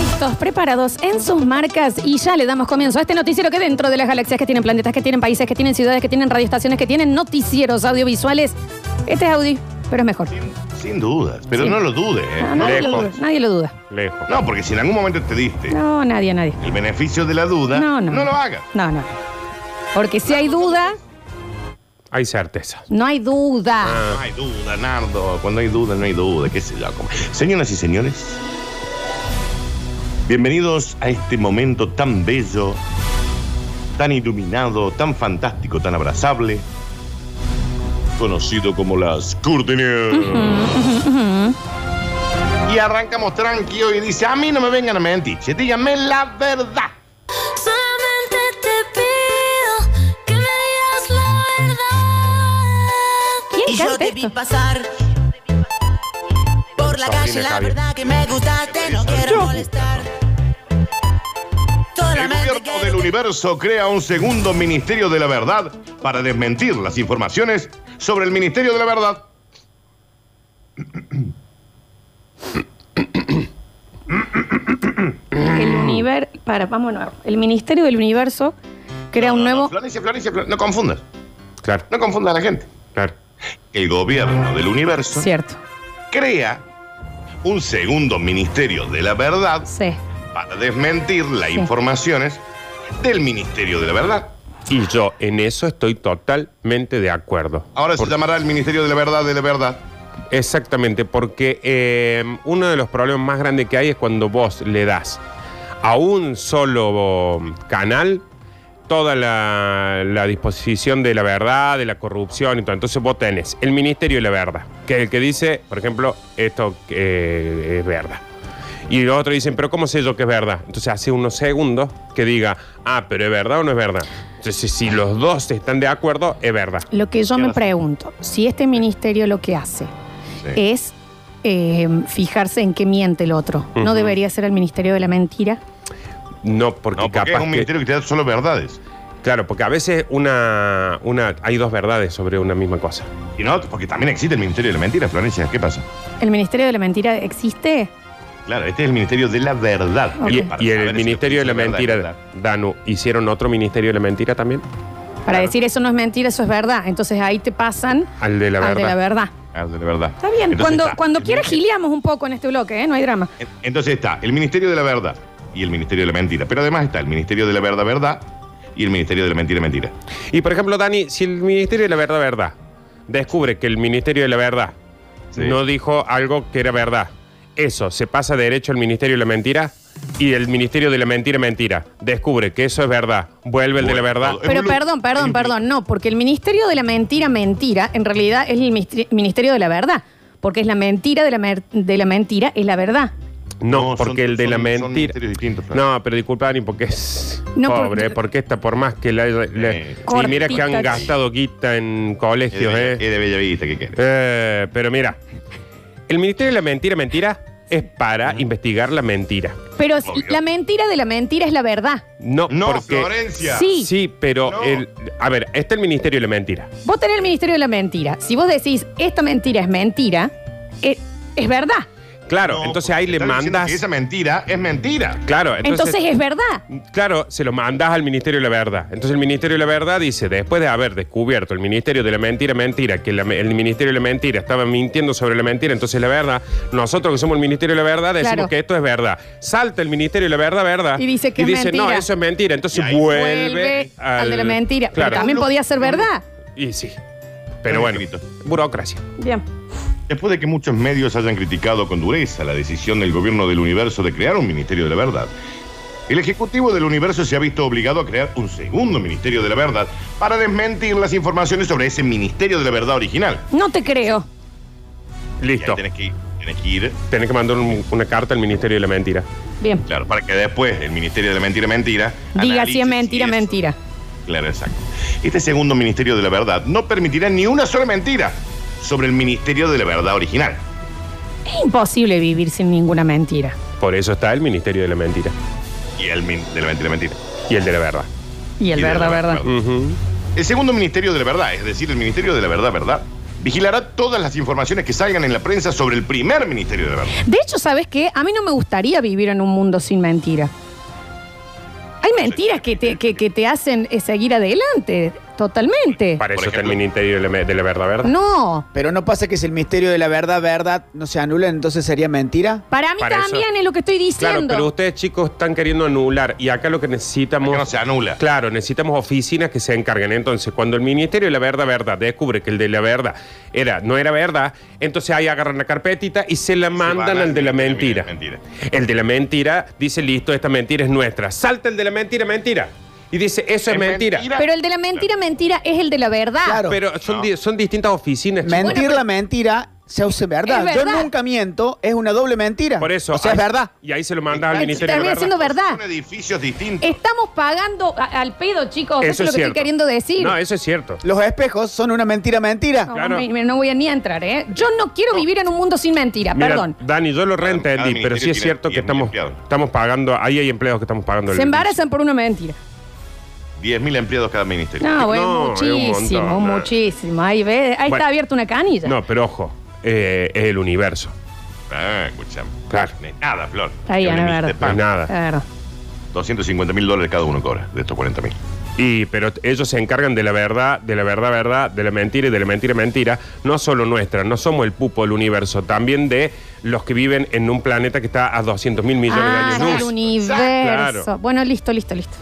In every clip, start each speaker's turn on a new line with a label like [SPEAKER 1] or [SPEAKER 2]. [SPEAKER 1] Listos, preparados en sus marcas y ya le damos comienzo a este noticiero que dentro de las galaxias que tienen planetas, que tienen países, que tienen ciudades, que tienen radioestaciones, que tienen noticieros audiovisuales. Este es Audi, pero es mejor.
[SPEAKER 2] Sin dudas, pero
[SPEAKER 1] Sí.
[SPEAKER 2] no lo dudes. ¿eh?
[SPEAKER 1] No, nadie, lo
[SPEAKER 2] Lejos.
[SPEAKER 1] duda, nadie lo duda.
[SPEAKER 3] Lejos.
[SPEAKER 2] No, porque si en algún momento te diste
[SPEAKER 1] No, nadie, nadie.
[SPEAKER 2] el beneficio de la duda,
[SPEAKER 1] No, no.
[SPEAKER 2] lo hagas.
[SPEAKER 1] No, no. Porque si hay duda,
[SPEAKER 3] Hay certeza.
[SPEAKER 1] no hay duda.
[SPEAKER 2] No hay duda, Nardo. Cuando hay duda, no hay duda. ¿Qué sé yo? ¿Cómo? Señoras y señores, bienvenidos a este momento tan bello, tan iluminado, tan fantástico, tan abrazable, conocido como las Curtinias. Y arrancamos tranqui y dice, a mí no me vengan a mentir, che, díganme la verdad.
[SPEAKER 4] Solamente te pido que me digas la verdad.
[SPEAKER 5] Y
[SPEAKER 1] ¿Quién
[SPEAKER 5] yo
[SPEAKER 1] canta
[SPEAKER 5] te vi
[SPEAKER 1] esto?
[SPEAKER 5] pasar por la
[SPEAKER 3] Sabrina
[SPEAKER 5] calle, la
[SPEAKER 3] Javier.
[SPEAKER 5] verdad que me gustaste, no quiero molestar.
[SPEAKER 2] El
[SPEAKER 5] Solamente
[SPEAKER 2] gobierno del
[SPEAKER 5] quiero que este
[SPEAKER 2] universo crea un segundo Ministerio de la Verdad para desmentir las informaciones sobre el Ministerio de la Verdad.
[SPEAKER 1] El universo. Para, vamos de nuevo. El Ministerio del Universo crea un nuevo.
[SPEAKER 2] Florencia, Florencia, Flor- no confundas,
[SPEAKER 3] Claro,
[SPEAKER 2] no confundas a la gente.
[SPEAKER 3] claro.
[SPEAKER 2] El gobierno del universo
[SPEAKER 1] Cierto.
[SPEAKER 2] crea un segundo Ministerio de la Verdad
[SPEAKER 1] Sí.
[SPEAKER 2] para desmentir las informaciones del Ministerio de la Verdad.
[SPEAKER 3] Y yo en eso estoy totalmente de acuerdo.
[SPEAKER 2] Ahora se llamará el Ministerio de la Verdad de la Verdad.
[SPEAKER 3] Exactamente, porque eh, uno de los problemas más grandes que hay es cuando vos le das a un solo canal toda la, la disposición de la verdad, de la corrupción y todo. Entonces vos tenés el Ministerio de la Verdad, que es el que dice, por ejemplo, esto eh, es verdad. Y los otros dicen, pero ¿cómo sé yo que es verdad? Entonces hace unos segundos que diga, ah, pero es verdad o no es verdad. Entonces si los dos están de acuerdo, es verdad.
[SPEAKER 1] Lo que yo me pregunto, si este ministerio lo que hace es eh, fijarse en qué miente el otro, ¿no
[SPEAKER 3] Ujú.
[SPEAKER 1] debería ser el ministerio de la mentira?
[SPEAKER 3] No, porque,
[SPEAKER 2] No, porque
[SPEAKER 3] capaz
[SPEAKER 2] es un
[SPEAKER 3] que-
[SPEAKER 2] ministerio que te da solo verdades.
[SPEAKER 3] Claro, porque a veces una, una hay dos verdades sobre una misma cosa.
[SPEAKER 2] Y no, porque también existe el Ministerio de la Mentira, Florencia. ¿Qué pasa?
[SPEAKER 1] ¿El ministerio de la mentira existe?
[SPEAKER 2] Claro, este es el Ministerio de la Verdad.
[SPEAKER 3] Y,
[SPEAKER 2] Para
[SPEAKER 3] y
[SPEAKER 2] saber
[SPEAKER 3] el
[SPEAKER 2] si
[SPEAKER 3] Ministerio de la
[SPEAKER 2] es verdad,
[SPEAKER 3] Mentira,
[SPEAKER 2] es verdad.
[SPEAKER 3] Danu, ¿hicieron otro Ministerio de la Mentira también?
[SPEAKER 1] Para decir eso no es mentira, eso es verdad. Entonces ahí te pasan
[SPEAKER 3] Al de la
[SPEAKER 1] al
[SPEAKER 3] verdad.
[SPEAKER 1] de la verdad.
[SPEAKER 2] Ah, de la verdad.
[SPEAKER 1] Está bien,
[SPEAKER 2] Entonces
[SPEAKER 1] cuando,
[SPEAKER 2] está
[SPEAKER 1] cuando
[SPEAKER 2] el
[SPEAKER 1] quiera
[SPEAKER 2] ministerio-
[SPEAKER 1] giliamos un poco en este bloque, ¿eh? no hay drama.
[SPEAKER 2] en- Entonces está el Ministerio de la Verdad y el Ministerio de la Mentira. Pero además está el Ministerio de la Verdad, Verdad y el Ministerio de la Mentira, Mentira.
[SPEAKER 3] Y por ejemplo, Dani, si el Ministerio de la Verdad, Verdad, descubre que el Ministerio de la Verdad
[SPEAKER 2] Sí.
[SPEAKER 3] no dijo algo que era verdad, eso se pasa derecho al Ministerio de la Mentira y el Ministerio de la Mentira, Mentira, descubre que eso es verdad, vuelve el de la
[SPEAKER 2] Bueno,
[SPEAKER 3] verdad.
[SPEAKER 2] todo. Es
[SPEAKER 1] Pero
[SPEAKER 2] muy lu-
[SPEAKER 1] perdón,
[SPEAKER 2] es
[SPEAKER 1] perdón,
[SPEAKER 2] muy-
[SPEAKER 1] perdón, no, porque el Ministerio de la Mentira, mentira, en realidad es el mistri- Ministerio de la Verdad, porque es la mentira de la, mer- de la mentira, es la verdad.
[SPEAKER 3] No,
[SPEAKER 2] No, son-
[SPEAKER 3] porque el de
[SPEAKER 2] son-
[SPEAKER 3] la
[SPEAKER 2] son
[SPEAKER 3] mentira.
[SPEAKER 2] ministerios distintos, claro.
[SPEAKER 3] no, pero disculpa, Dani, porque es
[SPEAKER 1] No, por-
[SPEAKER 3] pobre, porque esta por más que la. la-
[SPEAKER 2] Eh.
[SPEAKER 3] y mira que han
[SPEAKER 1] Cortita.
[SPEAKER 3] gastado guita en
[SPEAKER 2] Es de,
[SPEAKER 3] colegios,
[SPEAKER 2] Bella-
[SPEAKER 3] ¿eh?
[SPEAKER 2] es de Bella Vista, ¿qué querés?
[SPEAKER 3] Eh, pero mira, el Ministerio de la Mentira, Mentira, es para investigar la mentira.
[SPEAKER 1] Pero si-
[SPEAKER 2] Obvio.
[SPEAKER 1] la mentira de la mentira es la verdad.
[SPEAKER 3] No,
[SPEAKER 2] No,
[SPEAKER 3] porque.
[SPEAKER 2] Florencia.
[SPEAKER 1] Sí.
[SPEAKER 3] Sí, pero.
[SPEAKER 2] No.
[SPEAKER 3] El, a ver, está el Ministerio de la Mentira.
[SPEAKER 1] Vos tenés el Ministerio de la Mentira. Si vos decís, esta mentira es mentira, eh, es verdad.
[SPEAKER 3] Claro,
[SPEAKER 2] No,
[SPEAKER 3] entonces
[SPEAKER 2] porque
[SPEAKER 3] ahí
[SPEAKER 2] te
[SPEAKER 3] le
[SPEAKER 2] están diciendo
[SPEAKER 3] mandas.
[SPEAKER 2] que esa mentira es mentira.
[SPEAKER 3] Claro,
[SPEAKER 1] Entonces,
[SPEAKER 3] entonces.
[SPEAKER 1] es verdad.
[SPEAKER 3] Claro, se lo mandas al Ministerio de la Verdad. Entonces el Ministerio de la Verdad dice, después de haber descubierto el Ministerio de la Mentira, mentira, que la- el Ministerio de la Mentira estaba mintiendo sobre la mentira, entonces la verdad, nosotros que somos el Ministerio de la Verdad decimos
[SPEAKER 1] Claro.
[SPEAKER 3] que esto es verdad. Salta el Ministerio de la Verdad, verdad.
[SPEAKER 1] Y dice que es
[SPEAKER 3] no,
[SPEAKER 1] mentira.
[SPEAKER 3] eso es mentira. Entonces
[SPEAKER 2] Y ahí
[SPEAKER 3] vuelve,
[SPEAKER 1] Vuelve al, de la mentira. Pero
[SPEAKER 3] Claro.
[SPEAKER 1] también
[SPEAKER 2] Lu-
[SPEAKER 1] podía ser verdad.
[SPEAKER 3] Y sí. Pero bueno,
[SPEAKER 2] Escrito.
[SPEAKER 3] burocracia.
[SPEAKER 1] Bien.
[SPEAKER 2] Después de que muchos medios hayan criticado con dureza la decisión del gobierno del universo de crear un Ministerio de la Verdad, el Ejecutivo del Universo se ha visto obligado a crear un segundo Ministerio de la Verdad para desmentir las informaciones sobre ese Ministerio de la Verdad original.
[SPEAKER 1] No te creo.
[SPEAKER 2] Y ahí
[SPEAKER 3] Listo.
[SPEAKER 2] tenés que ir, tenés que ir,
[SPEAKER 3] Tenés que mandar un- una carta al Ministerio de la Mentira.
[SPEAKER 1] Bien.
[SPEAKER 2] claro, para que después el Ministerio de la Mentira Mentira
[SPEAKER 1] Diga
[SPEAKER 2] analice
[SPEAKER 1] si es mentira,
[SPEAKER 2] eso-
[SPEAKER 1] mentira.
[SPEAKER 2] Clara Sack. Este segundo Ministerio de la Verdad no permitirá ni una sola mentira sobre el Ministerio de la Verdad original.
[SPEAKER 1] Es imposible vivir sin ninguna mentira.
[SPEAKER 3] Por eso está el Ministerio de la Mentira
[SPEAKER 2] Y el min- de la mentira, mentira.
[SPEAKER 3] y el de la verdad.
[SPEAKER 1] Y el
[SPEAKER 2] Y de
[SPEAKER 1] verdad,
[SPEAKER 2] la
[SPEAKER 1] verdad.
[SPEAKER 2] verdad.
[SPEAKER 3] Ujú.
[SPEAKER 2] El segundo Ministerio de la Verdad, es decir, el Ministerio de la Verdad, ¿verdad? Vigilará todas las informaciones que salgan en la prensa sobre el primer Ministerio de la Verdad.
[SPEAKER 1] De hecho, ¿sabes qué? A mí no me gustaría vivir en un mundo sin mentira. Hay mentiras que te, que, que te hacen eh, seguir adelante, totalmente.
[SPEAKER 3] Para
[SPEAKER 2] Por
[SPEAKER 3] eso está el
[SPEAKER 2] ejemplo.
[SPEAKER 3] Ministerio de la, me- de la verdad, ¿verdad?
[SPEAKER 1] No,
[SPEAKER 6] Pero no pasa que si el misterio de la verdad, verdad, no se anula, entonces sería mentira.
[SPEAKER 1] para mí
[SPEAKER 3] Para eso-
[SPEAKER 1] también es lo que estoy
[SPEAKER 3] Claro,
[SPEAKER 1] diciendo.
[SPEAKER 3] pero ustedes chicos están queriendo anular y acá lo que necesitamos...
[SPEAKER 2] Acá no se anula.
[SPEAKER 3] Claro, necesitamos oficinas que se encarguen. Entonces, cuando el Ministerio de la Verdad, Verdad descubre que el de la Verdad era, no era verdad, entonces ahí agarran la carpetita y se la mandan
[SPEAKER 2] van
[SPEAKER 3] al de la mentira.
[SPEAKER 2] Mentira.
[SPEAKER 3] El de la mentira dice, listo, esta mentira es nuestra. Salta el de la mentira, mentira. Y dice, eso es,
[SPEAKER 2] Es
[SPEAKER 3] mentira.
[SPEAKER 2] mentira.
[SPEAKER 1] Pero el de la mentira, mentira, es el de la verdad.
[SPEAKER 6] Claro.
[SPEAKER 3] Pero son,
[SPEAKER 2] No.
[SPEAKER 3] di- son distintas oficinas. chicos.
[SPEAKER 6] Mentir la mentira se hace verdad.
[SPEAKER 1] Es
[SPEAKER 6] Yo
[SPEAKER 1] verdad.
[SPEAKER 6] nunca miento, es una doble mentira.
[SPEAKER 3] Por eso...
[SPEAKER 6] O sea, es
[SPEAKER 3] ahí-
[SPEAKER 6] verdad.
[SPEAKER 3] Y ahí se lo mandan al
[SPEAKER 2] Ahí
[SPEAKER 3] Ministerio de la
[SPEAKER 1] termina
[SPEAKER 3] Verdad.
[SPEAKER 1] siendo verdad. Eh.
[SPEAKER 2] Son edificios distintos.
[SPEAKER 1] Estamos pagando a- al pedo, chicos. Eso,
[SPEAKER 3] Eso
[SPEAKER 1] es lo que
[SPEAKER 3] cierto.
[SPEAKER 1] estoy queriendo decir.
[SPEAKER 3] No, eso es cierto.
[SPEAKER 6] Los espejos son una mentira, mentira.
[SPEAKER 1] No,
[SPEAKER 3] claro.
[SPEAKER 1] me- me- no voy a ni a entrar, ¿eh? Yo no quiero vivir en un mundo sin mentira,
[SPEAKER 3] Mira,
[SPEAKER 1] Ah, perdón.
[SPEAKER 3] Dani, yo lo
[SPEAKER 2] Cada
[SPEAKER 3] reentendí,
[SPEAKER 2] ministerio
[SPEAKER 3] pero sí es
[SPEAKER 2] tiene
[SPEAKER 3] cierto que
[SPEAKER 2] 10.000
[SPEAKER 3] estamos,
[SPEAKER 2] empleados.
[SPEAKER 3] estamos pagando. Ahí hay empleos que estamos pagando. el
[SPEAKER 1] Se
[SPEAKER 3] servicio.
[SPEAKER 1] embarazan por una mentira.
[SPEAKER 2] 10.000 empleados cada ministerio.
[SPEAKER 1] No, bueno,
[SPEAKER 3] No, es un
[SPEAKER 1] muchísimo,
[SPEAKER 3] montón, no.
[SPEAKER 1] muchísimo. Ahí, ves, ahí
[SPEAKER 3] Bueno.
[SPEAKER 1] está abierta una canilla.
[SPEAKER 3] No, pero ojo, eh, es el universo.
[SPEAKER 2] Ah, escuchame.
[SPEAKER 3] Claro.
[SPEAKER 2] No es Nada, Flor.
[SPEAKER 1] Ahí,
[SPEAKER 2] Es un
[SPEAKER 1] Ana,
[SPEAKER 2] mix
[SPEAKER 1] verdad.
[SPEAKER 2] de pan.
[SPEAKER 3] No es nada.
[SPEAKER 1] Claro.
[SPEAKER 2] 250 mil dólares cada uno cobra de estos 40 mil.
[SPEAKER 3] Y, pero ellos se encargan de la verdad, de la verdad, verdad, de la mentira y de la mentira, mentira. No solo nuestra, no somos el pupo del universo, también de los que viven en un planeta que está a 200 mil millones
[SPEAKER 1] Ah,
[SPEAKER 3] de
[SPEAKER 1] del
[SPEAKER 3] años luz.
[SPEAKER 1] universo.
[SPEAKER 3] Claro.
[SPEAKER 1] Bueno, listo, listo, listo.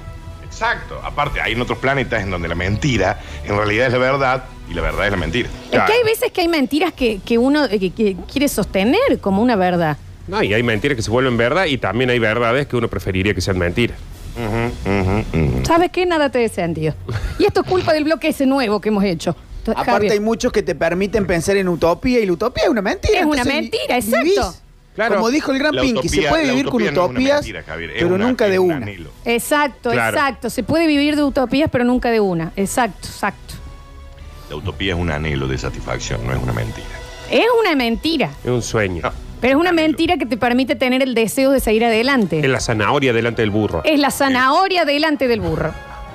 [SPEAKER 2] Exacto. Aparte, hay en otros planetas en donde la mentira en realidad es la verdad y la verdad es la mentira.
[SPEAKER 1] Es
[SPEAKER 3] Claro.
[SPEAKER 1] que hay veces que hay mentiras que, que uno eh, que- que quiere sostener como una verdad.
[SPEAKER 3] No, y hay mentiras que se vuelven verdad y también hay verdades que uno preferiría que sean mentiras.
[SPEAKER 1] ¿Sabes qué? Nada te de sentido. Y esto es culpa del bloque ese nuevo que hemos hecho. T-
[SPEAKER 6] Aparte
[SPEAKER 1] Javier.
[SPEAKER 6] hay muchos que te permiten pensar en utopía y la utopía es una mentira.
[SPEAKER 1] Es una
[SPEAKER 6] Entonces,
[SPEAKER 1] mentira,
[SPEAKER 6] vi-
[SPEAKER 1] exacto.
[SPEAKER 6] vivís.
[SPEAKER 3] Claro.
[SPEAKER 6] Como dijo el gran
[SPEAKER 2] La
[SPEAKER 6] Pinky,
[SPEAKER 2] utopía-
[SPEAKER 6] se puede
[SPEAKER 2] la
[SPEAKER 6] vivir con
[SPEAKER 2] utopía no es una
[SPEAKER 6] utopías,
[SPEAKER 2] mentira, Javier, es
[SPEAKER 6] pero
[SPEAKER 2] una-
[SPEAKER 6] nunca de
[SPEAKER 2] es un
[SPEAKER 6] una.
[SPEAKER 2] anhelo.
[SPEAKER 1] Exacto,
[SPEAKER 3] Claro.
[SPEAKER 1] exacto. Se puede vivir de utopías, pero nunca de una. Exacto, exacto.
[SPEAKER 2] La utopía es un anhelo de satisfacción, no es una mentira.
[SPEAKER 1] Es una mentira,
[SPEAKER 3] Es un sueño.
[SPEAKER 2] No.
[SPEAKER 1] pero es una mentira que te permite tener el deseo de seguir
[SPEAKER 3] Es
[SPEAKER 1] adelante.
[SPEAKER 3] la zanahoria delante del burro.
[SPEAKER 1] Es la zanahoria delante del burro.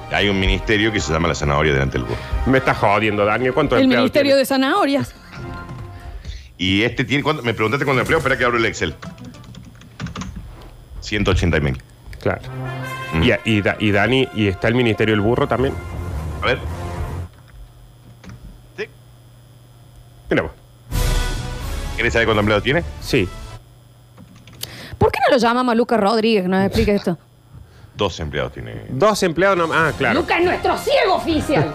[SPEAKER 2] Hay un ministerio que se llama la zanahoria delante del burro.
[SPEAKER 3] Me estás jodiendo, Daniel. ¿Cuánto
[SPEAKER 1] El
[SPEAKER 3] empleado
[SPEAKER 1] Ministerio
[SPEAKER 3] tiene?
[SPEAKER 1] de Zanahorias.
[SPEAKER 2] Y este tiene. ¿cuánto? Me preguntaste cuándo empleo, espera que abro el Excel. 180 mil.
[SPEAKER 3] Claro. Y, y Da- y Dani, y está el Ministerio del Burro también.
[SPEAKER 2] A ver. ¿Sí?
[SPEAKER 3] Mira vos.
[SPEAKER 2] ¿Querés saber cuánto empleado tiene?
[SPEAKER 3] Sí.
[SPEAKER 1] ¿Por qué no lo llamamos a Lucas Rodríguez que nos explique esto?
[SPEAKER 2] Dos empleados tiene.
[SPEAKER 3] Dos empleados nomás. Ah, claro.
[SPEAKER 1] Lucas es nuestro ciego oficial.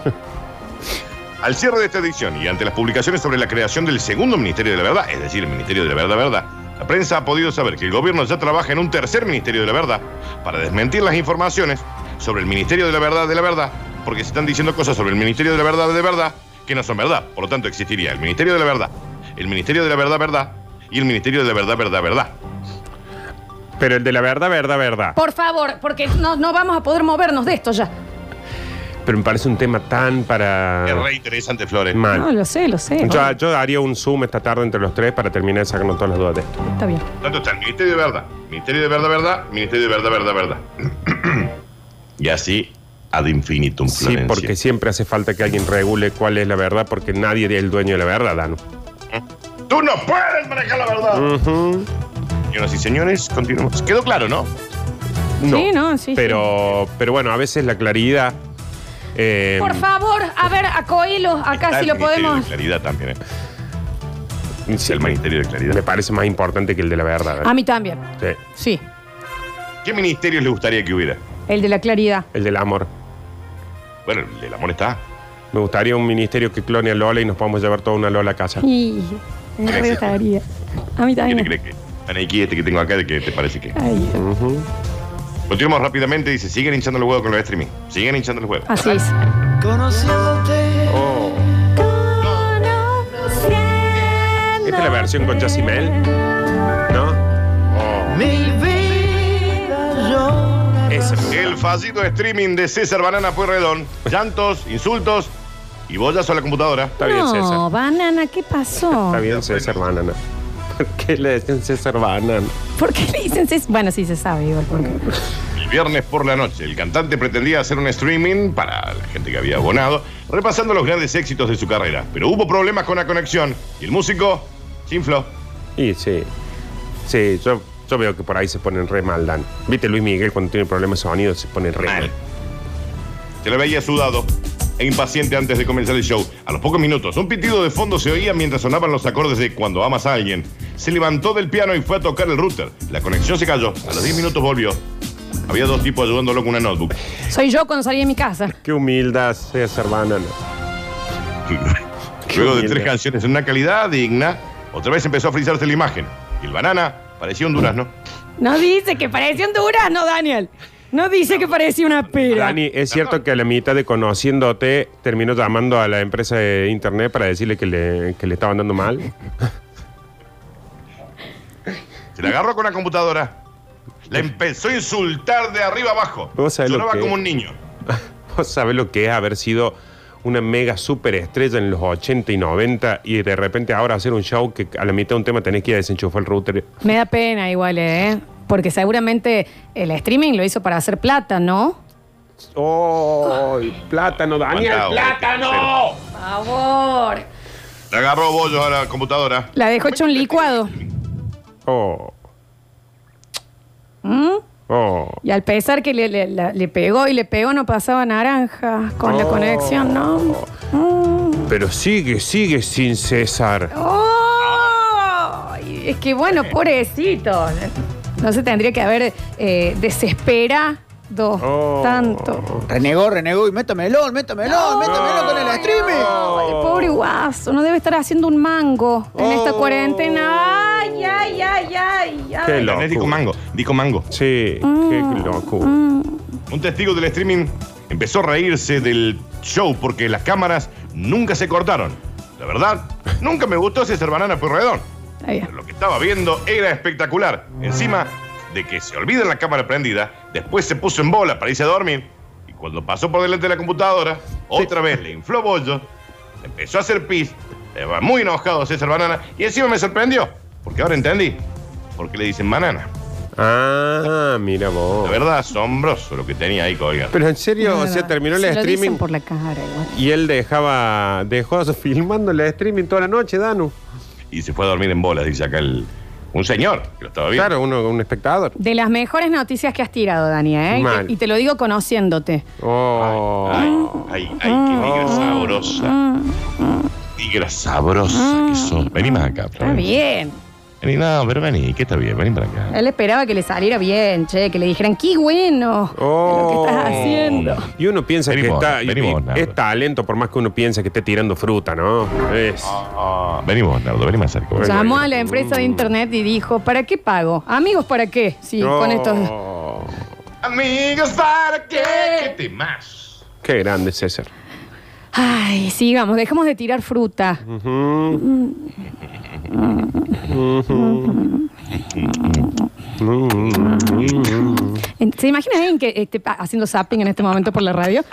[SPEAKER 2] Al cierre de esta edición y ante las publicaciones sobre la creación del segundo Ministerio de la Verdad, es decir, el Ministerio de la Verdad Verdad, la prensa ha podido saber que el gobierno ya trabaja en un tercer Ministerio de la Verdad para desmentir las informaciones sobre el Ministerio de la Verdad de la Verdad, porque se están diciendo cosas sobre el Ministerio de la Verdad de verdad que no son verdad. Por lo tanto, existiría el Ministerio de la Verdad, el Ministerio de la Verdad Verdad y el Ministerio de la Verdad Verdad Verdad.
[SPEAKER 3] Pero el de la verdad, verdad, verdad.
[SPEAKER 1] Por favor, porque no, no vamos a poder movernos de esto ya.
[SPEAKER 3] Pero me parece un tema tan para.
[SPEAKER 2] Es re interesante, Flores.
[SPEAKER 3] mal.
[SPEAKER 1] No, lo sé, lo sé.
[SPEAKER 3] yo, yo haría un zoom esta tarde entre los tres para terminar de sacarnos todas las dudas de esto.
[SPEAKER 1] Está bien.
[SPEAKER 2] Por tanto, está el Ministerio de Verdad, Ministerio de Verdad Verdad, Ministerio de Verdad Verdad Verdad. y así ad infinitum,
[SPEAKER 3] Sí,
[SPEAKER 2] Florencia.
[SPEAKER 3] porque siempre hace falta que alguien regule cuál es la verdad, porque nadie es el dueño de la verdad, Danu.
[SPEAKER 2] ¡Tú no puedes manejar la verdad!
[SPEAKER 3] Mm.
[SPEAKER 2] Señoras y señores, continuamos. Quedó claro, ¿no?
[SPEAKER 1] Sí, no, sí,
[SPEAKER 3] Pero, pero bueno, a veces la claridad. eh,
[SPEAKER 1] Por favor, a ver, a Coelho, acá
[SPEAKER 3] Ah,
[SPEAKER 2] Está
[SPEAKER 1] si
[SPEAKER 2] el
[SPEAKER 1] lo
[SPEAKER 2] Ministerio
[SPEAKER 1] podemos.
[SPEAKER 2] de claridad también, ¿eh?
[SPEAKER 3] sí,
[SPEAKER 2] El Ministerio de Claridad.
[SPEAKER 3] me parece más importante que el de la verdad. ¿eh?
[SPEAKER 1] A mí también.
[SPEAKER 3] Sí.
[SPEAKER 1] Sí,
[SPEAKER 2] ¿Qué ministerios le gustaría que hubiera?
[SPEAKER 1] el de la claridad.
[SPEAKER 3] El del amor.
[SPEAKER 2] Bueno, el del amor está.
[SPEAKER 3] Me gustaría un ministerio que clone a Lola y nos podamos llevar toda una Lola a casa.
[SPEAKER 1] Y me
[SPEAKER 2] Gracias.
[SPEAKER 1] retaría. A mí
[SPEAKER 2] ¿Qué te
[SPEAKER 1] también.
[SPEAKER 2] crees que? Anaiki, este que tengo acá, ¿de qué te parece que?
[SPEAKER 1] Ay,
[SPEAKER 2] Continuamos rápidamente. Dice, siguen hinchando los huevos con los streaming. Siguen hinchando los huevos.
[SPEAKER 3] Ah,
[SPEAKER 1] así es.
[SPEAKER 3] Oh. Esta es la versión con Jacimel, ¿no? Oh. Ese me
[SPEAKER 2] El
[SPEAKER 3] gusta.
[SPEAKER 2] fallito streaming de César Banana Pueyrredón. Llantos, insultos y bollas a la computadora.
[SPEAKER 3] Está bien,
[SPEAKER 1] no,
[SPEAKER 3] César.
[SPEAKER 1] banana, ¿qué pasó?
[SPEAKER 3] Está bien, César Banana. ¿Por qué le decían César Banana?
[SPEAKER 1] ¿Por qué le dicen César? Bueno, sí se sabe igual por qué.
[SPEAKER 2] El viernes por la noche, el cantante pretendía hacer un streaming para la gente que había abonado, repasando los grandes éxitos de su carrera. Pero hubo problemas con la conexión y el músico se infló.
[SPEAKER 3] Y sí. Sí, yo, yo veo que por ahí se ponen re mal, Dan. ¿Viste Luis Miguel cuando tiene problemas de sonido se pone re mal?
[SPEAKER 2] Mal. Se le veía sudado e impaciente antes de comenzar el show. A los pocos minutos, un pitido de fondo se oía mientras sonaban los acordes de Cuando amas a alguien. Se levantó del piano y fue a tocar el router. La conexión se cayó. A los 10 minutos volvió. Había dos tipos ayudándolo con una notebook.
[SPEAKER 1] Soy yo cuando salí de mi casa.
[SPEAKER 3] Qué humildad, César Banana.
[SPEAKER 2] Luego de
[SPEAKER 3] humilde.
[SPEAKER 2] tres canciones en una calidad digna, otra vez empezó a frizarse la imagen. Y el banana parecía un durazno.
[SPEAKER 1] No dice que parecía un durazno, Daniel. No dice que parecía una pera.
[SPEAKER 3] Dani, es cierto que a la mitad de conociéndote terminó llamando a la empresa de internet para decirle que le, que le estaban dando mal.
[SPEAKER 2] Se la agarró con la computadora. La empezó a insultar de arriba abajo.
[SPEAKER 3] Vos sabés lo
[SPEAKER 2] Sonaba
[SPEAKER 3] que-
[SPEAKER 2] como un niño.
[SPEAKER 3] ¿Vos sabés lo que es haber sido una mega superestrella en los 80 y 90 y de repente ahora hacer un show que a la mitad de un tema tenés que ir a desenchufar el router?
[SPEAKER 1] Me da pena igual, ¿eh? Porque seguramente el streaming lo hizo para hacer plata, ¿no?
[SPEAKER 3] ¡Oh! ¡Plátano, Daniel!
[SPEAKER 2] Aguantá,
[SPEAKER 3] ¡Plátano!
[SPEAKER 2] aguantá,
[SPEAKER 1] Por favor.
[SPEAKER 2] Le agarró bollos a la computadora.
[SPEAKER 1] La dejó hecho un licuado.
[SPEAKER 3] ¡Oh! ¡Oh!
[SPEAKER 1] Y al pesar que le, le- la- le pegó y le pegó, no pasaba naranja con la
[SPEAKER 3] Oh.
[SPEAKER 1] conexión, ¿no? Mm.
[SPEAKER 3] Pero sigue, sigue sin
[SPEAKER 1] Ah.
[SPEAKER 3] cesar.
[SPEAKER 1] ¡Oh! Y Es que bueno, pobrecito. No se tendría que haber eh, desesperado
[SPEAKER 3] Oh.
[SPEAKER 1] tanto.
[SPEAKER 6] Renegó, renegó y métamelo, métamelo, métamelo con el streaming.
[SPEAKER 1] Ay, pobre guaso, no debe estar haciendo un mango en esta
[SPEAKER 3] Oh.
[SPEAKER 1] cuarentena. Ay, ay, ay, ay, ay.
[SPEAKER 3] Qué
[SPEAKER 2] Internet dijo
[SPEAKER 3] locura.
[SPEAKER 2] mango, dijo mango.
[SPEAKER 3] Sí, qué locura.
[SPEAKER 2] Un testigo del streaming empezó a reírse del show porque las cámaras nunca se cortaron. La verdad, nunca me gustó César Banana Pueyrredón.
[SPEAKER 1] Está bien.
[SPEAKER 2] Pero lo que estaba viendo era espectacular. Encima de que se olvida la cámara prendida, después se puso en bola para irse a dormir. Y cuando pasó por delante de la computadora, otra vez le infló bollo, empezó a hacer pis, estaba muy enojado César Banana, y encima me sorprendió, porque ahora entendí. ¿Por qué le dicen banana?
[SPEAKER 3] Ah, mira
[SPEAKER 2] La
[SPEAKER 3] vos.
[SPEAKER 2] verdad, asombroso lo que tenía ahí colgado.
[SPEAKER 3] Pero en serio, o
[SPEAKER 1] Nada.
[SPEAKER 3] sea, terminó el
[SPEAKER 1] Se lo dicen
[SPEAKER 3] streaming
[SPEAKER 1] por la cara, igual.
[SPEAKER 3] y él dejaba, dejó filmando el streaming toda la noche, Danu.
[SPEAKER 2] y se fue a dormir en bolas, dice acá el, un señor que lo estaba viendo.
[SPEAKER 3] Claro, uno, un espectador.
[SPEAKER 1] De las mejores noticias que has tirado, Dani, ¿eh?
[SPEAKER 3] Mal.
[SPEAKER 1] Y, y te lo digo conociéndote.
[SPEAKER 3] Oh.
[SPEAKER 2] Ay, ay, ay,
[SPEAKER 1] Ah.
[SPEAKER 2] qué negra sabrosa. Negra sabrosa que sos. Vení más acá.
[SPEAKER 1] Ah. Está bien. Eh.
[SPEAKER 2] Vení, no, pero vení, que está bien, vení para acá.
[SPEAKER 1] Él esperaba que le saliera bien, che, que le dijeran, qué bueno
[SPEAKER 3] Oh.
[SPEAKER 1] lo que estás haciendo.
[SPEAKER 3] Y uno piensa
[SPEAKER 2] Vení
[SPEAKER 3] que
[SPEAKER 2] vos,
[SPEAKER 3] está, y-
[SPEAKER 2] vení
[SPEAKER 3] y-
[SPEAKER 2] vos, Nardo.
[SPEAKER 3] es talento, por más que uno piense que esté tirando fruta, ¿no? Es.
[SPEAKER 2] Ah, vení vos, Nardo, vení más cerca. vení.
[SPEAKER 1] Llamó a la empresa de internet y dijo, ¿para qué pago? Amigos, ¿para qué? Sí,
[SPEAKER 3] Oh.
[SPEAKER 1] con estos...
[SPEAKER 2] Amigos, ¿para qué?
[SPEAKER 1] Eh.
[SPEAKER 2] ¿Qué te más?
[SPEAKER 3] Qué grande, César.
[SPEAKER 1] Ay, sigamos, dejamos de tirar fruta. ¿Se imagina alguien que esté pa- haciendo zapping en este momento por la radio?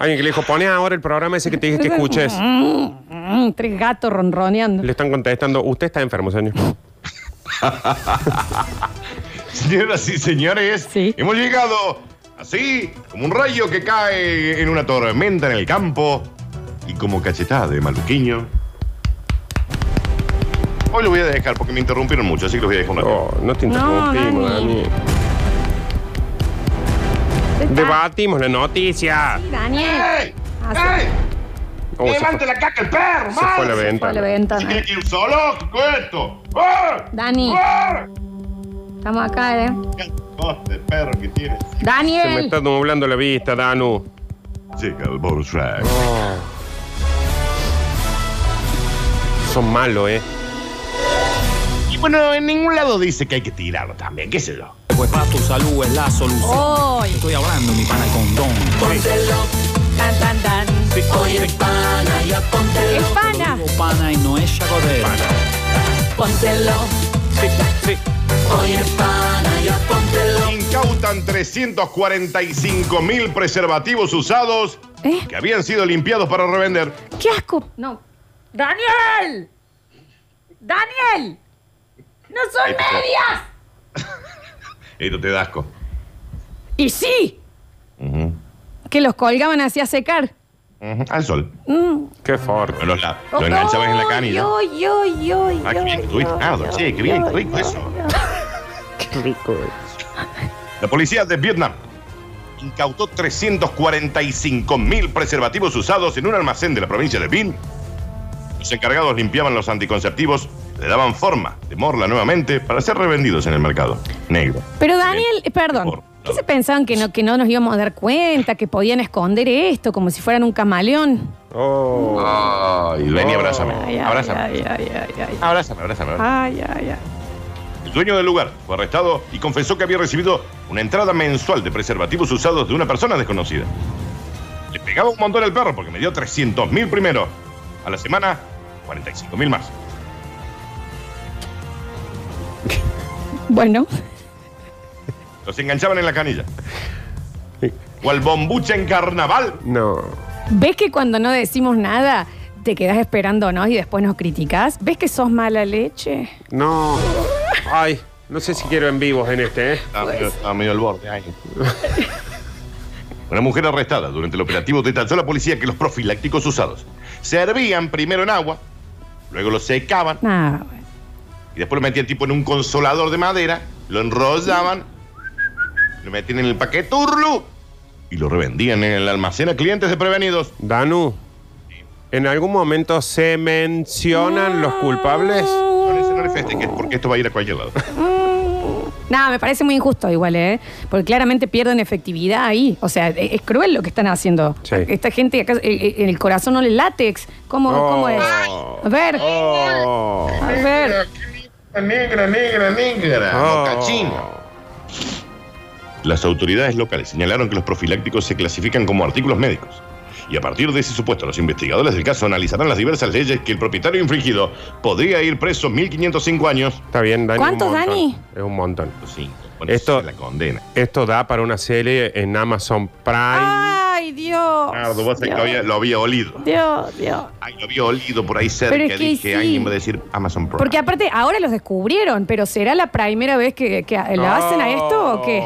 [SPEAKER 3] Alguien que le dijo, poné ahora el programa ese que te dije que escuches.
[SPEAKER 1] Mm, Tres gatos ronroneando.
[SPEAKER 3] Le están contestando, usted está enfermo, señor.
[SPEAKER 2] Señoras y señores,
[SPEAKER 1] Sí.
[SPEAKER 2] hemos llegado así, como un rayo que cae en una tormenta en el campo y como cachetada de maluquiño. Hoy lo voy a dejar porque me interrumpieron mucho, así que lo voy a dejar un rato.
[SPEAKER 3] Oh, no te
[SPEAKER 1] No,
[SPEAKER 3] interrumpimos,
[SPEAKER 1] Dani.
[SPEAKER 3] Dani. Debatimos la noticia.
[SPEAKER 1] Daniel.
[SPEAKER 2] ¡Ey!
[SPEAKER 1] Así.
[SPEAKER 2] ¡Ey!
[SPEAKER 3] Oh, se fue-
[SPEAKER 2] ¡Levante la caca el perro,
[SPEAKER 3] se fue la
[SPEAKER 2] madre!
[SPEAKER 1] Por la
[SPEAKER 3] ventana.
[SPEAKER 2] Si
[SPEAKER 1] ventana.
[SPEAKER 2] tiene que ir solo, ¿qué es esto? ¡Ah!
[SPEAKER 1] Dani.
[SPEAKER 2] ¡Ah!
[SPEAKER 1] Estamos acá, ¿eh?
[SPEAKER 2] ¡Qué coste de perro que tiene!
[SPEAKER 3] Se me
[SPEAKER 1] Daniel.
[SPEAKER 3] está nublando la vista, Danu.
[SPEAKER 2] Llega el bonus track.
[SPEAKER 3] Son malos, ¿eh?
[SPEAKER 2] Y bueno, en ningún lado dice que hay que tirarlo también, qué sé yo.
[SPEAKER 7] Pues para tu salud es la solución.
[SPEAKER 1] Hoy.
[SPEAKER 7] Estoy hablando, mi pana, con don.
[SPEAKER 1] Tan, tan, tan.
[SPEAKER 7] Oye, pana, ya
[SPEAKER 1] Es
[SPEAKER 7] póntelo.
[SPEAKER 1] pana.
[SPEAKER 7] Te lo digo, pana y no es chagodero. Póntelo. Sí, sí.
[SPEAKER 2] Incautan 345 mil preservativos usados
[SPEAKER 1] ¿Eh?
[SPEAKER 2] que habían sido limpiados para revender.
[SPEAKER 1] ¡Qué asco! No. ¡Daniel! ¡Daniel! ¡No son
[SPEAKER 2] Ahí está.
[SPEAKER 1] medias!
[SPEAKER 2] Esto te da asco.
[SPEAKER 1] Y sí,
[SPEAKER 2] Ujú.
[SPEAKER 1] que los colgaban así a secar.
[SPEAKER 2] Ujú. Al sol.
[SPEAKER 3] Qué fuerte.
[SPEAKER 2] Los la- lo enganchabas en la canilla.
[SPEAKER 1] Ay, ay, ay, ay,
[SPEAKER 2] Ah, qué bien,
[SPEAKER 1] ay,
[SPEAKER 2] tuviste. Ah,
[SPEAKER 1] ay,
[SPEAKER 2] sí, qué bien,
[SPEAKER 1] ay,
[SPEAKER 2] rico
[SPEAKER 1] ay,
[SPEAKER 2] eso.
[SPEAKER 1] ay.
[SPEAKER 2] La policía de Vietnam incautó 345 mil preservativos usados en un almacén de la provincia de Vinh. Los encargados limpiaban los anticonceptivos, le daban forma de morla nuevamente para ser revendidos en el mercado negro.
[SPEAKER 1] Pero Daniel, eh, perdón,
[SPEAKER 2] Por-
[SPEAKER 1] ¿qué se pensaban que no, que no nos íbamos a dar cuenta, que podían esconder esto como si fueran un camaleón?
[SPEAKER 3] Oh.
[SPEAKER 2] Ay, vení,
[SPEAKER 3] no.
[SPEAKER 2] abrázame.
[SPEAKER 1] Ay, ay,
[SPEAKER 2] abrázame.
[SPEAKER 1] ay, ay, ay, ay.
[SPEAKER 2] Abrázame, abrázame. abrázame.
[SPEAKER 1] Ay, ay, ay.
[SPEAKER 2] El dueño del lugar fue arrestado y confesó que había recibido una entrada mensual de preservativos usados de una persona desconocida. Le pegaba un montón al perro porque me dio 300 mil primero. A la semana, 45 mil más.
[SPEAKER 1] Bueno,
[SPEAKER 2] Los enganchaban en la canilla. O al bombucha en carnaval.
[SPEAKER 3] No.
[SPEAKER 1] ¿ves que cuando no decimos nada te quedas esperándonos y después nos criticas? ¿Ves que sos mala leche?
[SPEAKER 3] No. Ay, no sé si quiero en vivos en este, ¿eh?
[SPEAKER 2] Estaba Ah, medio, estaba medio al borde. ay. Una mujer arrestada durante el operativo detalló a la policía que los profilácticos usados se hervían primero en agua, luego los secaban
[SPEAKER 1] Nada, bueno.
[SPEAKER 2] y después lo metían tipo en un consolador de madera, lo enrollaban, lo metían en el paqueturlu y lo revendían en el almacén a clientes desprevenidos.
[SPEAKER 3] Danu, ¿en algún momento se mencionan los culpables?
[SPEAKER 2] No les- no les festejes, porque esto va a ir a cualquier lado.
[SPEAKER 1] Nada, me parece muy injusto igual, ¿eh? Porque claramente pierden efectividad ahí. O sea, e- es cruel lo que están haciendo.
[SPEAKER 3] Sí.
[SPEAKER 1] Esta gente acá, e- e- en el corazón no le látex. ¿Cómo,
[SPEAKER 3] Oh.
[SPEAKER 1] cómo es? A ver,
[SPEAKER 3] Oh.
[SPEAKER 1] a ver.
[SPEAKER 2] Negra, negra, negra.
[SPEAKER 3] Oh.
[SPEAKER 2] Las autoridades locales señalaron que los profilácticos se clasifican como artículos médicos. Y a partir de ese supuesto, los investigadores del caso analizarán las diversas leyes que el propietario infringido podría ir preso 1505 años.
[SPEAKER 3] Está bien, Dani.
[SPEAKER 1] ¿Cuántos,
[SPEAKER 3] un montón.
[SPEAKER 1] Dani?
[SPEAKER 3] Es un montón.
[SPEAKER 2] Cinco,
[SPEAKER 3] Esto-
[SPEAKER 2] es la condena.
[SPEAKER 3] Esto da para una serie en Amazon Prime.
[SPEAKER 1] Ay, Dios.
[SPEAKER 2] Nardo, vos sabés que había-
[SPEAKER 1] Dios,
[SPEAKER 2] lo había olido.
[SPEAKER 1] Dios, Dios.
[SPEAKER 2] Ay, lo había olido por ahí cerca.
[SPEAKER 1] Pero es que
[SPEAKER 2] Dije,
[SPEAKER 1] sí.
[SPEAKER 2] alguien va a decir Amazon Prime.
[SPEAKER 1] Porque aparte, ahora los descubrieron, pero ¿será la primera vez que, que lo hacen a esto o qué?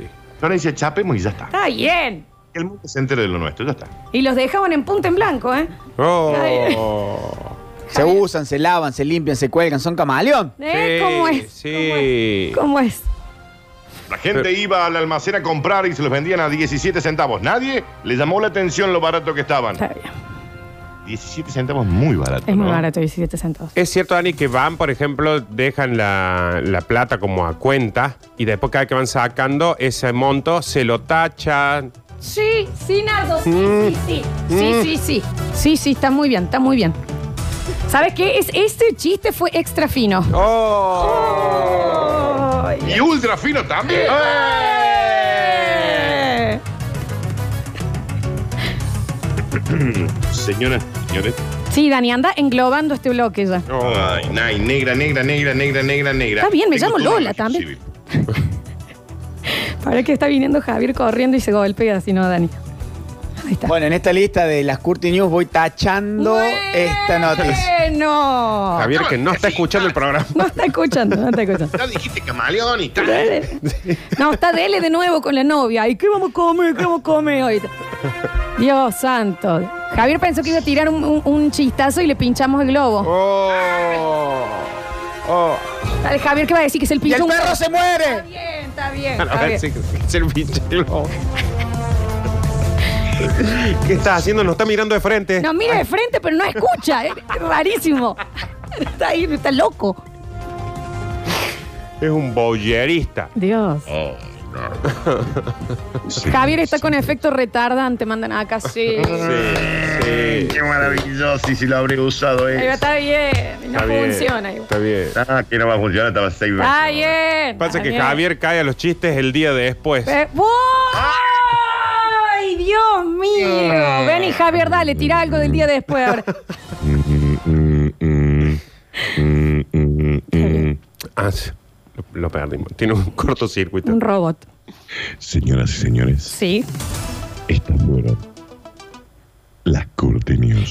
[SPEAKER 3] qué?
[SPEAKER 2] Ahora dice chapemos y ya está.
[SPEAKER 1] Está bien.
[SPEAKER 2] Que el mundo se entere de lo nuestro, ya está.
[SPEAKER 1] Y los dejaban en punta en blanco, ¿eh?
[SPEAKER 3] Oh.
[SPEAKER 6] Se usan, se lavan, se limpian, se cuelgan, son camaleón.
[SPEAKER 1] ¿Eh?
[SPEAKER 3] Sí,
[SPEAKER 1] ¿Cómo es?
[SPEAKER 3] Sí.
[SPEAKER 1] ¿Cómo es?
[SPEAKER 2] La gente iba al almacén a comprar y se los vendían a 17 centavos. Nadie le llamó la atención lo barato que estaban.
[SPEAKER 1] Está bien.
[SPEAKER 2] 17 centavos muy barato.
[SPEAKER 1] Es muy
[SPEAKER 2] ¿no?
[SPEAKER 1] barato, 17 centavos.
[SPEAKER 3] Es cierto, Dani, que van, por ejemplo, dejan la, la plata como a cuenta y después cada que van sacando ese monto se lo tachan.
[SPEAKER 1] Sí, sí, Nardo, sí, sí, sí. Sí, sí, sí. Sí, sí, está muy bien, está muy bien. ¿Sabes qué? Es, este chiste fue extra fino.
[SPEAKER 3] ¡Oh!
[SPEAKER 2] Y ultra fino también.
[SPEAKER 1] Eh.
[SPEAKER 2] Señoras, señores.
[SPEAKER 1] Sí, Dani, anda englobando este bloque ya.
[SPEAKER 2] Ay, nay, negra, negra, negra, negra, negra, negra.
[SPEAKER 1] Está bien, me
[SPEAKER 2] Tengo
[SPEAKER 1] llamo
[SPEAKER 2] todo
[SPEAKER 1] Lola
[SPEAKER 2] inclusive.
[SPEAKER 1] también. Para que está viniendo Javier corriendo y se golpea, así no, Dani. Ahí está.
[SPEAKER 6] Bueno, en esta lista de las Curti News voy tachando esta noticia.
[SPEAKER 1] Bueno.
[SPEAKER 3] Javier, que no está escuchando el programa.
[SPEAKER 1] No está escuchando, no está escuchando.
[SPEAKER 2] Ya dijiste camaleón y tal.
[SPEAKER 1] Dele. No, está Dele de nuevo con la novia. ¿Y qué vamos a comer? ¿Qué vamos a comer hoy? Dios santo. Javier pensó que iba a tirar un, un- un chistazo y le pinchamos el globo.
[SPEAKER 3] ¡Oh! ¡Oh!
[SPEAKER 1] Dale, Javier, ¿qué va a decir? Que es el
[SPEAKER 6] ¡Y
[SPEAKER 1] pinchón.
[SPEAKER 6] el perro se muere!
[SPEAKER 1] Está bien, está bien.
[SPEAKER 3] A ver
[SPEAKER 1] Javier.
[SPEAKER 3] si- si el pinche globo. ¿Qué estás haciendo? Nos está mirando de frente.
[SPEAKER 1] No, mira de frente, pero no escucha. Es rarísimo. Está ahí, está loco.
[SPEAKER 3] Es un boyerista.
[SPEAKER 1] Dios.
[SPEAKER 2] Oh, no.
[SPEAKER 1] Javier está con efecto retardante, mandan acá, sí.
[SPEAKER 3] Sí, sí.
[SPEAKER 2] Qué maravilloso y si lo habría usado
[SPEAKER 1] Ahí va,
[SPEAKER 2] eso.
[SPEAKER 1] está bien. No
[SPEAKER 3] Está bien,
[SPEAKER 1] funciona. igual.
[SPEAKER 3] Está bien.
[SPEAKER 2] Ah, que no va a funcionar, estaba seis veces.
[SPEAKER 1] Está bien.
[SPEAKER 3] Pasa
[SPEAKER 1] está
[SPEAKER 3] que
[SPEAKER 1] bien.
[SPEAKER 3] Javier cae a los chistes el día de después.
[SPEAKER 1] Eh, ¡wow! ¡Ay, Dios mío! Vení, Javier, dale, tira algo del día de después. ahora.
[SPEAKER 2] Mm, mm, mm, mm, mm, mm.
[SPEAKER 3] Ah, sí. Lo lo perdimos. Tiene un cortocircuito.
[SPEAKER 1] Un robot.
[SPEAKER 2] Señoras y señores,
[SPEAKER 1] Sí.
[SPEAKER 2] estas fueron las Curti News.